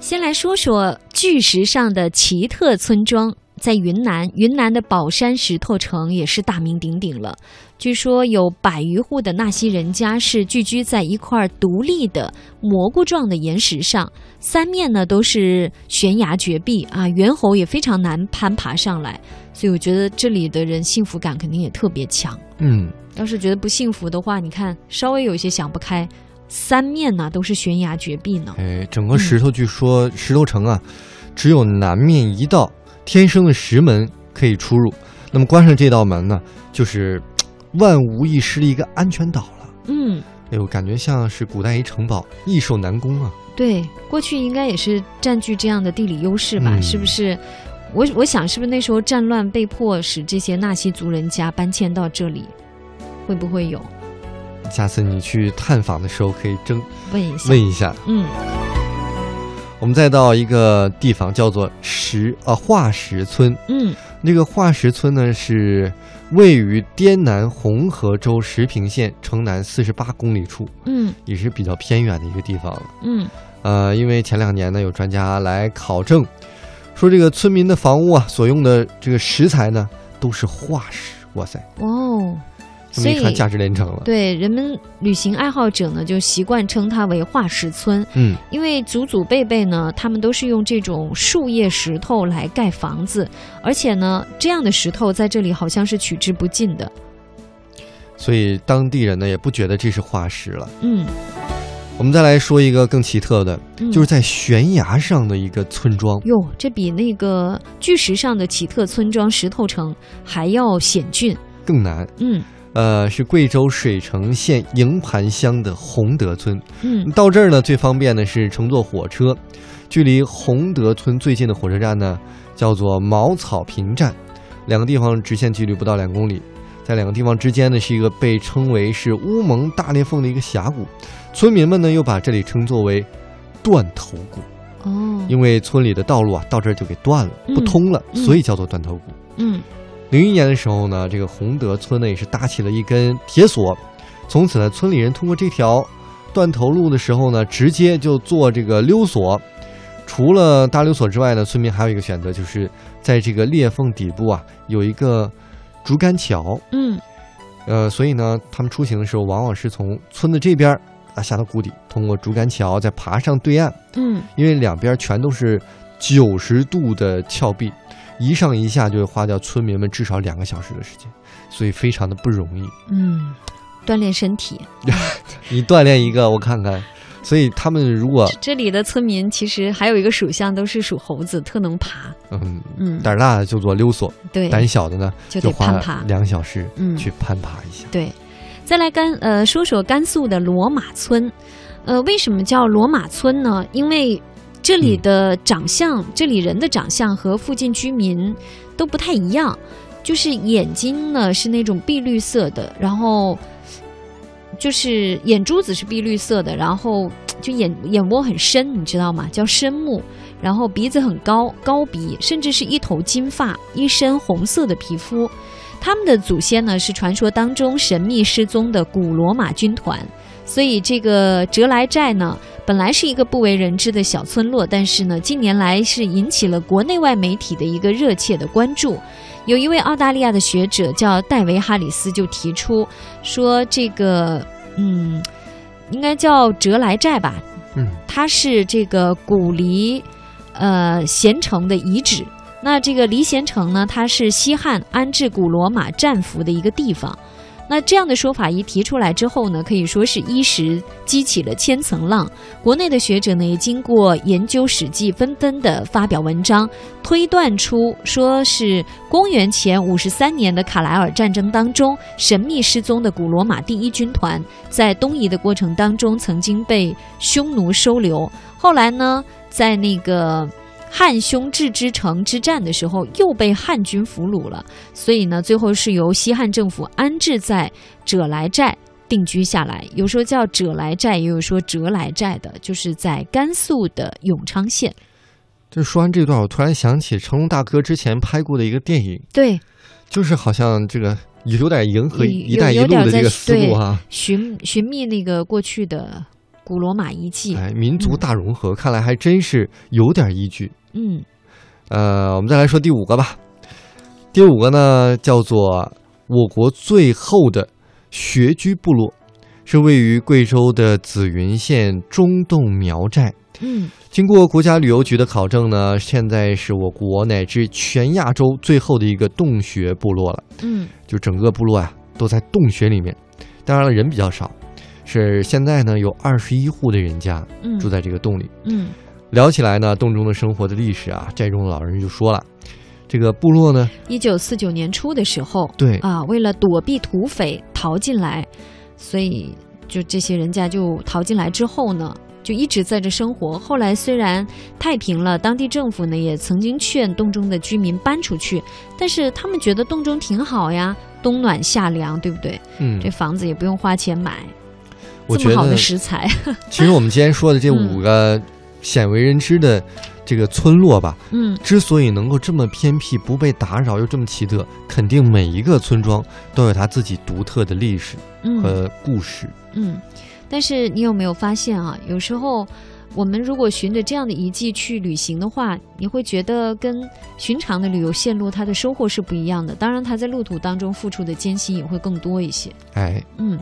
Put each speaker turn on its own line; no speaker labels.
先来说说巨石上的奇特村庄，在云南，云南的保山石头城也是大名鼎鼎了。据说有百余户的纳西人家是聚居在一块独立的蘑菇状的岩石上，三面呢都是悬崖绝壁啊，猿猴也非常难攀爬上来。所以我觉得这里的人幸福感肯定也特别强。
嗯，
要是觉得不幸福的话，你看稍微有一些想不开，三面呢都是悬崖绝壁呢。
哎，整个石头据说、石头城啊，只有南面一道天生的石门可以出入，那么关上这道门呢，就是嘖万无一失的一个安全岛了。
嗯，
哎呦，感觉像是古代一城堡，易守难攻啊。
对，过去应该也是占据这样的地理优势吧？
嗯
是不是？我我想是不是那时候战乱被迫使这些纳西族人家搬迁到这里，会不会有？
下次你去探访的时候可以征
问一下。
问一下。
嗯
我们再到一个地方叫做石啊化石村，
嗯
这个化石村呢是位于滇南红河州石屏县城南四十八公里处，
嗯
也是比较偏远的一个地方了。
嗯
呃，因为前两年呢，有专家来考证，说这个村民的房屋啊，所用的这个石材呢，都是化石。哇塞，
哦，
这
所
么一
以
看价值连城了。
对人们旅行爱好者呢，就习惯称它为化石村，
嗯，
因为祖祖辈辈呢，他们都是用这种树叶石头来盖房子，而且呢，这样的石头在这里好像是取之不尽的。
所以当地人呢也不觉得这是化石了。
嗯，
我们再来说一个更奇特的，
嗯
就是在悬崖上的一个村庄。
哟，这比那个巨石上的奇特村庄石头城还要险峻。
更难，
嗯
呃，是贵州水城县营盘乡的洪德村。
嗯
到这儿呢，最方便的是乘坐火车，距离洪德村最近的火车站呢叫做茅草坪站，两个地方直线距离不到两公里。在两个地方之间呢，是一个被称为是乌蒙大裂缝的一个峡谷，村民们呢又把这里称作为断头谷，
哦
因为村里的道路啊到这儿就给断了，嗯不
嗯
通了，
嗯
所以叫做断头谷。
嗯
零一年的时候呢，这个洪德村呢也是搭起了一根铁索，从此呢，村里人通过这条断头路的时候呢，直接就做这个溜索。除了搭溜索之外呢，村民还有一个选择，就是在这个裂缝底部啊有一个竹竿桥，
嗯
呃，所以呢，他们出行的时候往往是从村子这边儿啊下到谷底，通过竹竿桥再爬上对岸，
嗯
因为两边全都是九十度的峭壁，一上一下就会花掉村民们至少两个小时的时间，所以非常的不容易。
嗯，锻炼身体。
你锻炼一个，我看看。所以他们如果
这里的村民其实还有一个属相，都是属猴子，特能爬。
嗯
嗯，
胆儿大的就做溜索，
对，
胆小的呢
就
就
得攀
花
爬。
两小时
嗯，
去攀爬一下。
对。再来甘呃说说甘肃的罗马村，呃，为什么叫罗马村呢？因为这里的长相，这里人的长相和附近居民都不太一样，就是眼睛呢是那种碧绿色的，然后就是眼珠子是碧绿色的，然后就眼眼窝很深，你知道吗？叫深目，然后鼻子很高，高鼻，甚至是一头金发，一身红色的皮肤。他们的祖先呢是传说当中神秘失踪的古罗马军团，所以这个哲莱寨呢本来是一个不为人知的小村落，但是呢近年来是引起了国内外媒体的一个热切的关注。有一位澳大利亚的学者叫戴维·哈里斯就提出说，这个嗯，应该叫哲莱寨吧，
嗯，
它是这个古离呃贤城的遗址。那这个离贤城呢，它是西汉安置古罗马战俘的一个地方。那这样的说法一提出来之后呢，可以说是一时激起了千层浪。国内的学者呢，也经过研究《史记》，纷纷的发表文章，推断出说是公元前五十三年的卡莱尔战争当中，神秘失踪的古罗马第一军团在东移的过程当中，曾经被匈奴收留。后来呢，在那个汉匈制之城之战的时候，又被汉军俘虏了。所以呢，最后是由西汉政府安置在者来寨定居下来。有说叫者来寨，也有说哲来寨的，就是在甘肃的永昌县。
就说完这段，我突然想起成龙大哥之前拍过的一个电影，
对，
就是好像这个有点迎合“
有
一带一
有
路
点”
的这
在
个思
对
路啊。
寻寻觅那个过去的古罗马遗迹。
哎，民族大融合，看来还真是有点依据。
嗯，
呃，我们再来说第五个吧。第五个呢，叫做我国最后的穴居部落，是位于贵州的紫云县中洞苗寨。
嗯，
经过国家旅游局的考证呢，现在是我国乃至全亚洲最后的一个洞穴部落了。
嗯，
就整个部落啊都在洞穴里面，当然了人比较少，是现在呢有二十一户的人家
嗯，
住在这个洞里。
嗯，
聊起来呢，洞中的生活的历史啊，寨中的老人就说了，这个部落呢，
一九四九年初的时候，
对，
啊，为了躲避土匪逃进来，所以就这些人家就逃进来之后呢，就一直在这生活。后来虽然太平了，当地政府呢也曾经劝洞中的居民搬出去，但是他们觉得洞中挺好呀，冬暖夏凉，对不对？
嗯
这，房子也不用花钱买，
我
这
觉
么好
得
的嗯食材，
其实我们今天说的这五个鲜为人知的这个村落吧，
嗯
之所以能够这么偏僻、不被打扰又这么奇特，肯定每一个村庄都有它自己独特的历史
嗯。
和故事。
嗯，但是你有没有发现啊？有时候我们如果循着这样的遗迹去旅行的话，你会觉得跟寻常的旅游线路它的收获是不一样的。当然，它在路途当中付出的艰辛也会更多一些。
哎，
嗯